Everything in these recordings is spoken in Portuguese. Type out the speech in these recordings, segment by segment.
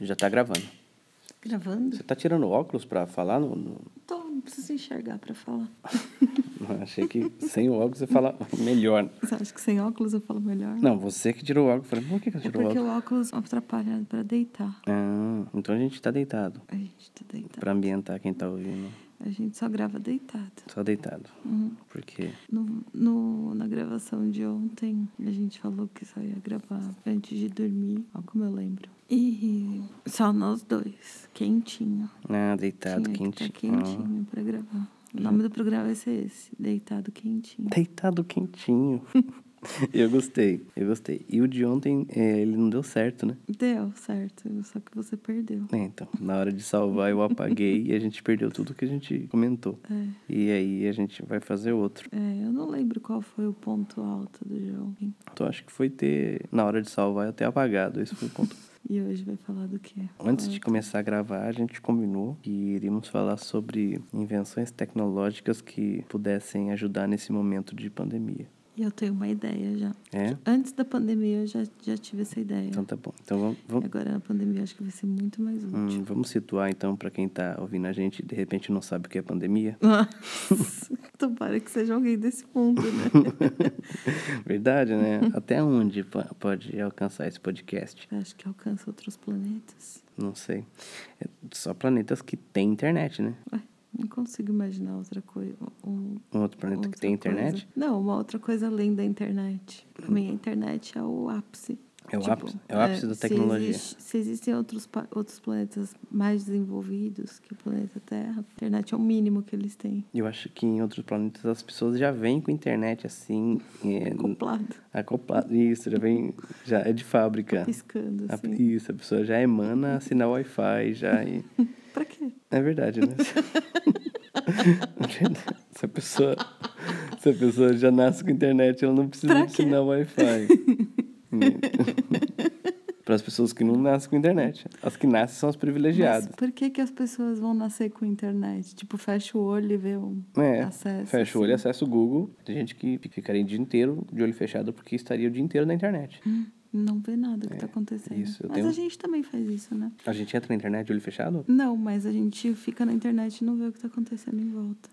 Já tá gravando. Gravando? Você tá tirando óculos pra falar? No, no- Tô, não preciso enxergar pra falar. Achei que sem o óculos você fala melhor. Você acha que sem óculos eu falo melhor? Não, você que tirou o óculos. Falei, por que, que você É tirou o porque óculos? o óculos atrapalha pra deitar. Ah, então a gente tá deitado. A gente tá deitado. Pra ambientar quem tá ouvindo. A gente só grava deitado. Uhum. Só deitado. Porque No, no- na gravação de ontem, a gente falou que só ia gravar antes de dormir. Ó como eu lembro. E só nós dois, quentinho. Ah, deitado, Tinha que quentinho. Hum. tá quentinho pra gravar. O nome do programa vai ser esse, Deitado Quentinho. Ah, Deitado quentinho. eu gostei, eu gostei. E o de ontem, eh, ele não deu certo, né? Deu certo, só que você perdeu. É, então, na hora de salvar eu apaguei e a gente perdeu tudo que a gente comentou. É. E aí a gente vai fazer outro. É, eu não lembro qual foi o ponto alto do jogo. Então acho que foi ter, na hora de salvar, eu ter apagado. Esse foi o ponto. E hoje vai falar do quê? Antes Fala. de começar a gravar, a gente combinou que iríamos falar sobre invenções tecnológicas que pudessem ajudar nesse momento de pandemia. E eu tenho uma ideia já. É? Antes da pandemia eu já, já tive essa ideia. Então tá bom. Então vamos, E vamos, Agora na pandemia eu acho que vai ser muito mais útil. hum, vamos situar então para quem tá ouvindo a gente e de repente não sabe o que é pandemia. Nossa, tomara que seja alguém desse mundo, né? Verdade, né? Até onde po- pode alcançar esse podcast? Eu acho que alcança outros planetas. Não sei. É só planetas que tem internet, né? Ué, não consigo imaginar outra coisa. Um, Um outro planeta que tem outra internet coisa. Não, uma outra coisa além da internet. Pra mim, a internet é o ápice. É o ápice- é o ápice da tecnologia. Tipo, Se, existe- se existem outros, pa- outros planetas mais desenvolvidos que o planeta Terra, a internet é o mínimo que eles têm. eu acho que em outros planetas as pessoas já vêm com internet assim. É, Acoplado, acoplado. Isso, já vem. Já é de fábrica. piscando, A- assim. isso, a pessoa já emana sinal Wi-Fi, já. e- Pra quê? É verdade, né? se, a pessoa, se a pessoa já nasce com internet, ela não precisa Pra de quê? sinal Wi-Fi. Para as pessoas que não nascem com internet. As que nascem são as Mas privilegiadas. por que, que as pessoas vão nascer com internet? Tipo, fecha o olho e vê um É, acesso. fecha o olho, assim. acessa o Google. Tem gente que ficaria o dia inteiro de olho fechado porque estaria o dia inteiro na internet. Não vê nada que É, tá acontecendo. isso, eu mas tenho- a gente também faz isso, né? A gente entra na internet de olho fechado? Não, mas a gente fica na internet e não vê o que tá acontecendo em volta.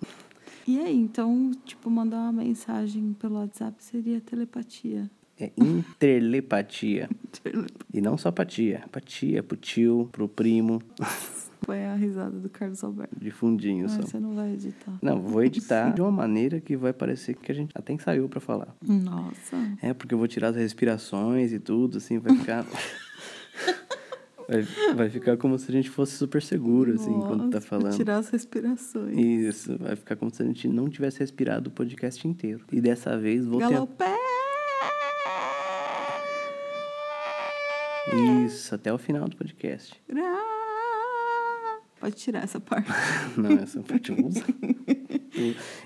E aí, então, tipo, mandar uma mensagem pelo WhatsApp seria telepatia. É interlepatia. Telepatia. E não só patia. Patia pro tio, pro primo, Foi a risada do Carlos Alberto. de fundinho Ah, só. você não vai editar. Não, vou editar de uma maneira que vai parecer que a gente até ensaiou pra falar. Nossa. É, porque eu vou tirar as respirações e tudo, assim, vai ficar. vai, vai ficar como se a gente fosse super seguro, assim, enquanto tá Nossa, vou falando. Tirar as respirações. Isso, vai ficar como se a gente não tivesse respirado o podcast inteiro. E dessa vez vou Galopé! ter. Isso, até o final do podcast. Pode tirar essa parte. Não, essa parte eu vou usar.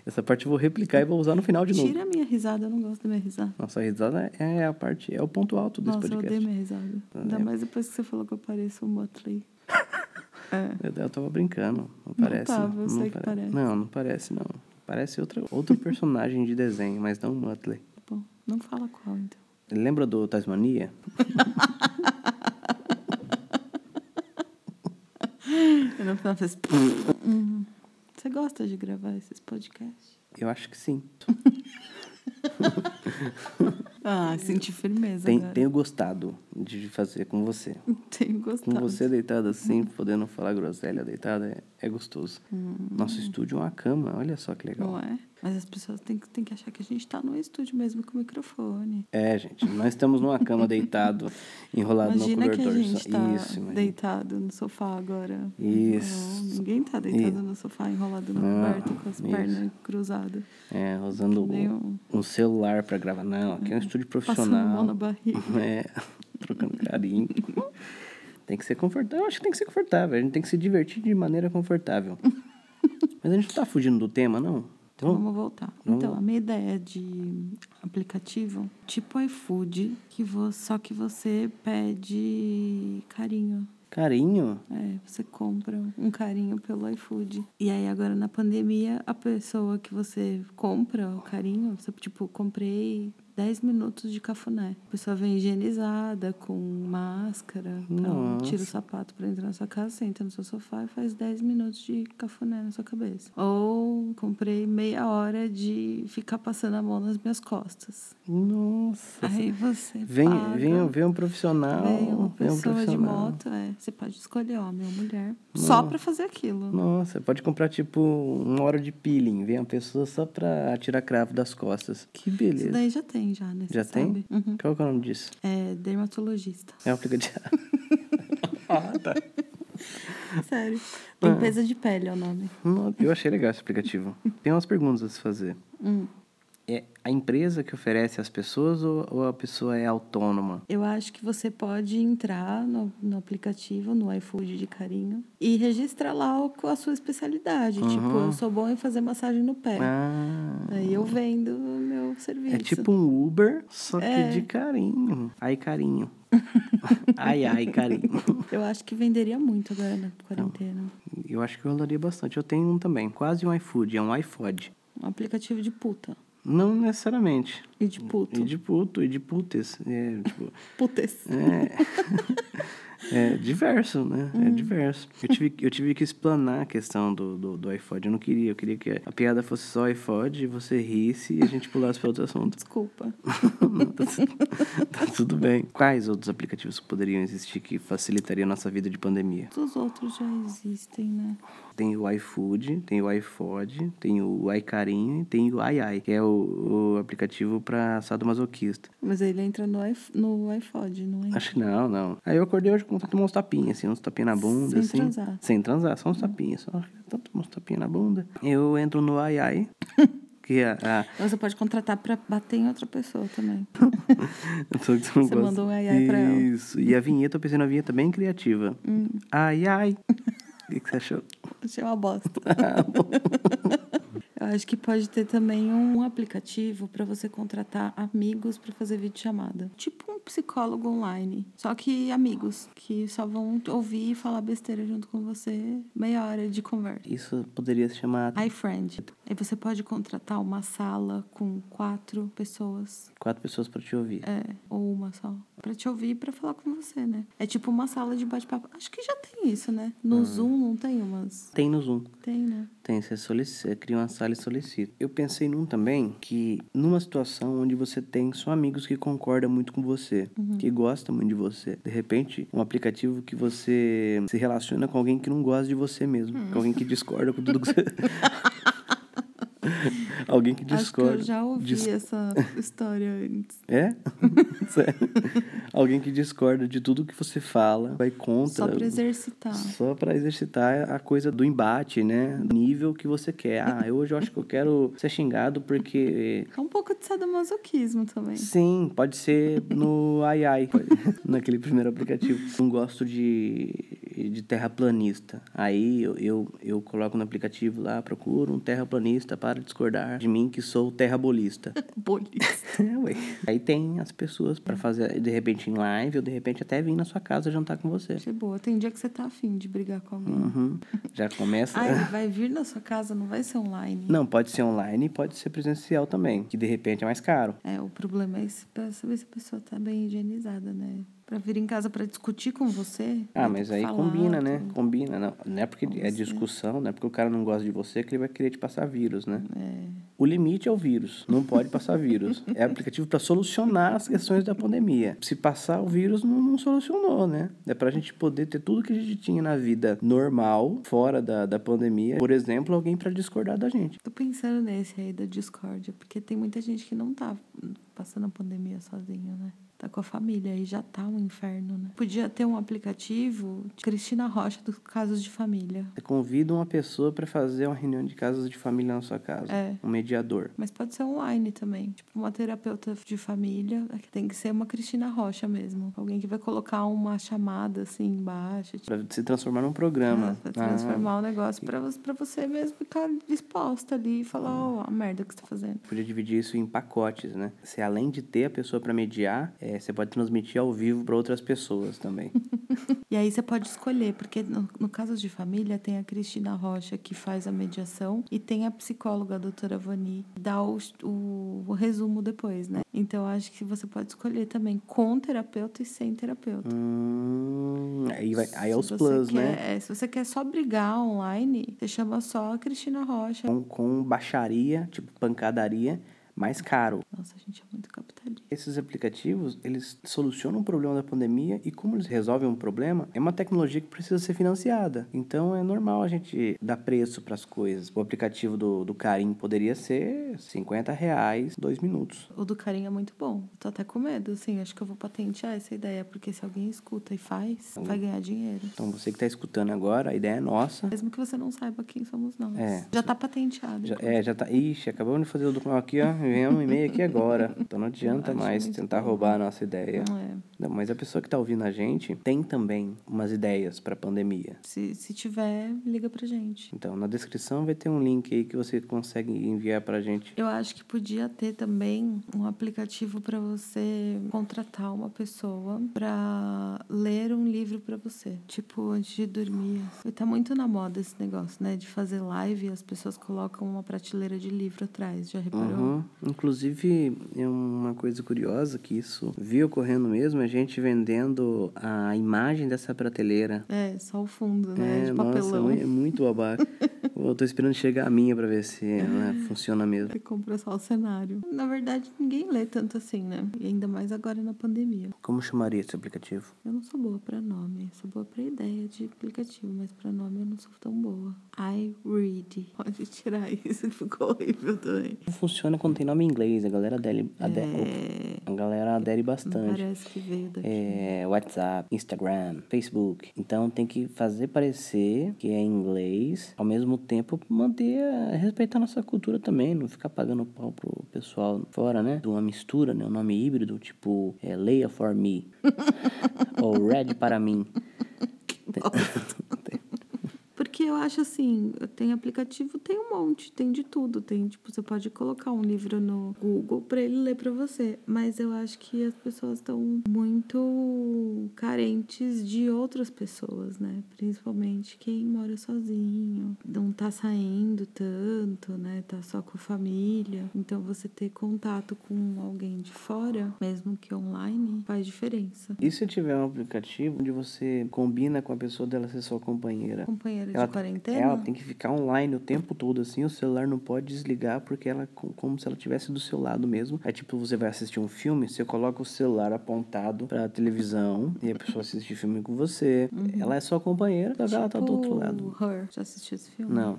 Essa parte eu vou replicar e vou usar no final de novo. Tira a minha risada, eu não gosto da minha risada. Nossa, a risada é a parte, é o ponto alto desse Nossa, eu podcast. Ah, é. odeio minha risada. Ainda eu- mais depois que você falou que eu pareço um Motley. É. Eu, eu tava brincando, não parece. tava, eu sei que pare- parece. Não, não parece, não. Parece outra, outro personagem de desenho, mas não Muttley. Bom, não fala qual, então. Lembra do Tasmania? Eu não falo, faz... Uhum. Você gosta de gravar esses podcasts? Eu acho que sim. Ah, senti firmeza Tem, agora. tenho gostado de fazer com você. Tenho Com gostado. você deitada Uhum. assim, podendo falar groselha deitada, é, é gostoso. Hum. Nosso estúdio é uma cama, olha só que legal. Não é? Mas as pessoas têm, que- têm que achar que a gente tá no estúdio mesmo com o microfone. É, gente, nós estamos numa cama deitado, enrolado Imagina no que a cobertor. gente só- tá Isso, né? imagina. deitado no sofá agora. Isso. Não, ninguém tá deitado Isso. no sofá enrolado no Não, coberto com as isso. pernas cruzadas. É, usando Que nem um, um- um celular pra gravar. Não, aqui é um estúdio Passando a profissional. mão na barriga. É, trocando carinho. tem que ser confortável. Eu acho que tem que ser confortável. A gente tem que se divertir de maneira confortável. Mas a gente não tá fugindo do tema, não. Então, Então, vamos voltar. Vamos então, lá. a minha ideia de aplicativo, tipo iFood, que vo- só que você pede carinho. carinho. É, você compra um carinho pelo iFood. E aí, agora na pandemia, a pessoa que você compra o carinho, você tipo, comprei 10 minutos de cafuné. A pessoa vem higienizada, com máscara, então, Nossa. tira o sapato pra entrar na sua casa, senta no seu sofá e faz 10 minutos de cafuné na sua cabeça. Ou comprei meia hora de ficar passando a mão nas minhas costas. Nossa. Aí você Vem, paga, vem, vem um profissional. Ah, então. vem vem uma um pessoa profissional. de moto, é. Você pode escolher homem ou mulher. Só pra fazer aquilo. Nossa, pode comprar tipo uma hora de peeling. Vem uma pessoa só pra tirar cravo das costas. Que Isso beleza. daí já tem, já, né? Você Já tem? sabe? Uhum. Qual que é o nome disso? É dermatologista. É um aplicativo. ah, tá. Sério. Limpeza de pele é o nome. Não, Eu achei legal esse aplicativo. Tem umas perguntas a se fazer. Hum. É a empresa que oferece às pessoas ou, ou a pessoa é autônoma? Eu acho que você pode entrar no, no aplicativo, no iFood de carinho, e registrar lá o, a sua especialidade. Tipo, eu sou bom em fazer massagem no pé. Ah. Aí eu vendo o meu serviço. É tipo um Uber, só que É. de carinho. Ai, carinho. ai, ai, carinho. Eu acho que venderia muito agora na quarentena. Eu acho que rolaria bastante. Eu tenho um também. Quase um iFood, é um iFood. Um aplicativo de puta. Não necessariamente. E de puto. E de puto, e de putes. É, tipo, Putes. é diverso, né? É diverso. Eu tive, eu tive que explanar a questão do, do, do iFood. Eu não queria. Eu queria que a piada fosse só iFood, você risse e a gente pulasse para outro assunto. Desculpa. Não, tá, tu- tá tudo bem. Quais outros aplicativos poderiam existir que facilitariam a nossa vida de pandemia? Os outros já existem, né? Tem o iFood, tem o iFood, tem o iCarinho e tem o iAi, que é o, o aplicativo pra sadomasoquista. Mas ele entra no, if no iPod, não entra? Acho que não, não. Aí eu acordei hoje com vontade de tomar uns tapinhas, assim, uns tapinhas na bunda, Sem assim. transar. Sem transar, só uns tapinhas, só. Tanto uns tapinhas na bunda. Eu entro no iAi, que é a... Você pode contratar pra bater em outra pessoa também. Eu tô- eu não Você gosto. mandou um ai, ai pra ela. Hum. Isso. E a vinheta, eu pensei numa vinheta bem criativa. Ai, ai. O que, que você achou? Achei é uma bosta. Eu acho que pode ter também um aplicativo pra você contratar amigos pra fazer videochamada. Tipo um psicólogo online. Só que amigos, que só vão te ouvir e falar besteira junto com você. Meia hora de conversa. Isso poderia se chamar iFriend. Aí você pode contratar uma sala com quatro pessoas. Quatro Pessoas Pra Te Ouvir. É, ou uma só. Pra te ouvir e pra falar com você, né? É tipo uma sala de bate-papo. Acho que já tem isso, né? No É. Zoom não tem umas. Tem no Zoom. Tem, né? Tem, você, solici- você cria uma sala e solicita. Eu pensei num também que numa situação onde você tem só amigos que concordam muito com você, Uhum. que gostam muito de você. De repente, um aplicativo que você se relaciona com alguém que não gosta de você mesmo, Hum. com alguém que discorda com tudo que você. alguém que Acho que discorda. eu já ouvi dis- essa história antes. É? Sério? Alguém que discorda de tudo que você fala, vai contra. Só pra exercitar. Só pra exercitar a coisa do embate, né? Do nível que você quer. Ah, eu hoje eu acho que eu quero ser xingado porque. É um pouco de sadomasoquismo também. Sim, pode ser no ai ai, pode- naquele primeiro aplicativo. Não gosto de, de terraplanista. Aí eu, eu, eu coloco no aplicativo lá, procuro um terraplanista para discordar de mim que sou terrabolista. Bolista. É, ué. Aí tem as pessoas pra fazer, de repente, em live, ou de repente até vir na sua casa jantar com você. Achei boa. Tem dia que você tá afim de brigar com alguém. Uhum. Já começa. Ah, ele vai vir na sua casa, não vai ser online. Não, pode ser online e pode ser presencial também, que de repente é mais caro. É, o problema é esse- pra saber se a pessoa tá bem higienizada, né? Pra vir em casa pra discutir com você. Ah, vai ter mas que aí falar, combina, né? tudo. Combina. Não, não é porque é Vamos ver. discussão, não é porque o cara não gosta de você que ele vai querer te passar vírus, né? É. O limite é o vírus, não pode passar vírus. É aplicativo para solucionar as questões da pandemia. Se passar o vírus, não, não solucionou, né? É para a gente poder ter tudo que a gente tinha na vida normal, fora da, da pandemia. Por exemplo, alguém para discordar da gente. Tô pensando nesse aí da discórdia, porque tem muita gente que não tá passando a pandemia sozinho, né? Tá com a família e já tá um inferno, né? Podia ter um aplicativo de Cristina Rocha dos casos de família. Você convida uma pessoa para fazer uma reunião de casas de família na sua casa. É. Um mediador. Mas pode ser online também. Tipo, uma terapeuta de família. é que Tem que ser uma Cristina Rocha mesmo. Alguém que vai colocar uma chamada assim embaixo. Tipo, Para se transformar num pra, programa. pra Ah, transformar o negócio pra, vo- pra você mesmo ficar disposta ali e falar, Ah, ó, a merda que você tá fazendo. Podia dividir isso em pacotes, né? Se além de ter a pessoa para mediar, é, É, você pode transmitir ao vivo para outras pessoas também. E aí você pode escolher, porque no, no caso de família tem a Cristina Rocha que faz a mediação e tem a psicóloga, a doutora Vani, que dá o, o, o resumo depois, né? Então acho que você pode escolher também com terapeuta e sem terapeuta. Hum, aí, vai, aí é Se os você plus, quer- né? é, se você quer só brigar online, você chama só a Cristina Rocha. Com, com baixaria, tipo pancadaria, mais caro. Nossa, a gente é muito capitalista. Esses aplicativos, eles solucionam o problema da pandemia e como eles resolvem um problema, é uma tecnologia que precisa ser financiada. Então é normal a gente dar preço para as coisas. O aplicativo do, do Carim poderia ser 50 reais, dois minutos. O do carinho é muito bom. Eu tô até com medo, assim. Acho que eu vou patentear essa ideia, porque se alguém escuta e faz, Hum. vai ganhar dinheiro. Então você que está escutando agora, a ideia é nossa. Mesmo que você não saiba quem somos nós. É. Já tá patenteado. Já, é, já tá. Ixi, acabamos de fazer o documento aqui, ó. Vem um e-mail aqui agora. Então não adianta Acho mais muito tentar bom. roubar a nossa ideia. É. Não, mas a pessoa que tá ouvindo a gente tem também umas ideias pra pandemia. Se, se tiver, liga pra gente. Então, na descrição vai ter um link aí que você consegue enviar pra gente. Eu acho que podia ter também um aplicativo pra você contratar uma pessoa pra ler um livro pra você, tipo antes de dormir. E tá muito na moda esse negócio, né, de fazer live e as pessoas colocam uma prateleira de livro atrás. Já reparou? Uhum. Inclusive, é uma coisa curiosa que isso viu ocorrendo mesmo, a gente vendendo a imagem dessa prateleira. É, só o fundo, né, de nossa, papelão. é muito babaca. Eu tô esperando chegar a minha pra ver se ela funciona mesmo. Você compra só o cenário. Na verdade, ninguém lê tanto assim, né? E ainda mais agora na pandemia. Como chamaria esse aplicativo? Eu não sou boa pra nome, sou boa pra ideia de aplicativo, mas pra nome eu não sou tão boa. I read. Pode tirar isso, ficou horrível também. Não funciona quando tem nome em inglês, a galera adere, ade- É, a galera adere bastante. parece que veio daqui. É, WhatsApp, Instagram, Facebook. Então tem que fazer parecer que é em inglês, ao mesmo tempo manter, a- respeitar a nossa cultura também, não ficar pagando pau pro pessoal fora, né? De uma mistura, né? Um nome híbrido, tipo é, Leia for me ou Red para mim. Porque eu acho assim, tem aplicativo, tem um monte, tem de tudo. Tem, tipo, você pode colocar um livro no Google pra ele ler pra você. Mas eu acho que as pessoas estão muito carentes de outras pessoas, né? Principalmente quem mora sozinho, não tá saindo tanto, né? Tá só com a família. Então você ter contato com alguém de fora, mesmo que online, faz diferença. E se tiver um aplicativo onde você combina com a pessoa dela ser sua companheira? Companheira Ela- é de quarentena. Ela tem que ficar online o tempo todo, assim, o celular não pode desligar porque ela, co- como se ela tivesse do seu lado mesmo. É tipo, você vai assistir um filme, você coloca o celular apontado pra televisão e a pessoa assiste filme com você. Ela é sua companheira, só que ela tá do outro Uhum. Tipo, lado. Her. Já assistiu esse filme? Não,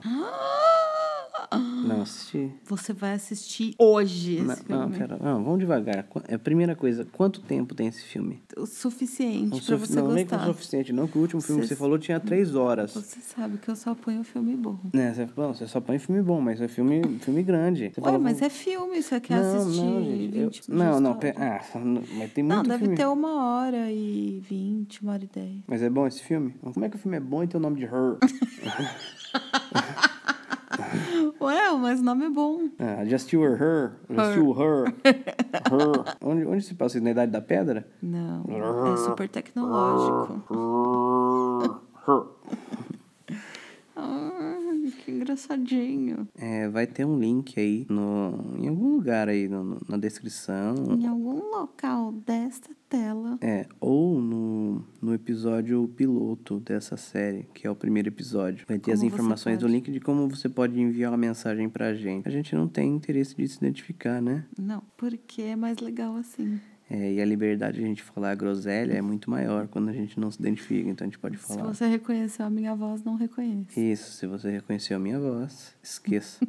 Ah! não assisti. Você vai assistir hoje esse Não, filme. não, pera, não, vamos devagar. Qu- é, Primeira coisa, quanto tempo tem esse filme? O suficiente Não, pra sufi- você não nem que é gostar. o suficiente, não, que o último filme que Cês- você falou tinha três horas. Você sabe que eu só ponho filme bom. Né, você, não, você só põe filme bom, mas é filme, filme grande. Você Ué, fala, mas é filme, você quer assistir Não, gente, eu- 20 não, minutos não, de pe- história? ah, não, mas tem muito Não, deve filme. ter uma hora e vinte, uma hora e dez. Mas é bom esse filme? Como é que o filme é bom e tem o nome de Her? Ué, mas o nome é bom. ah, just you or her. Just Her. you her. Her. Onde, onde se passa? isso? Na Idade da Pedra? Não, é super tecnológico. Her. Ai, que engraçadinho. É, vai ter um link aí no, em algum lugar aí no- no- na descrição. Em algum local desta tela É, ou no, no episódio piloto dessa série, que é o primeiro episódio. Vai ter Como as você informações do pode? link de como você pode enviar uma mensagem pra gente. A gente não tem interesse de se identificar, né? Não, porque é mais legal assim. É, e a liberdade de a gente falar groselha é muito maior quando a gente não se identifica, então a gente pode Se falar. você reconheceu a minha voz, não reconhece. Isso, se você reconheceu a minha voz, esqueça.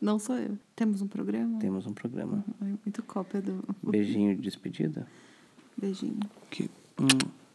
Não sou eu. Temos um programa? Temos um programa. Ai, muito cópia do Beijinho de despedida? beijinho. Que... Hum.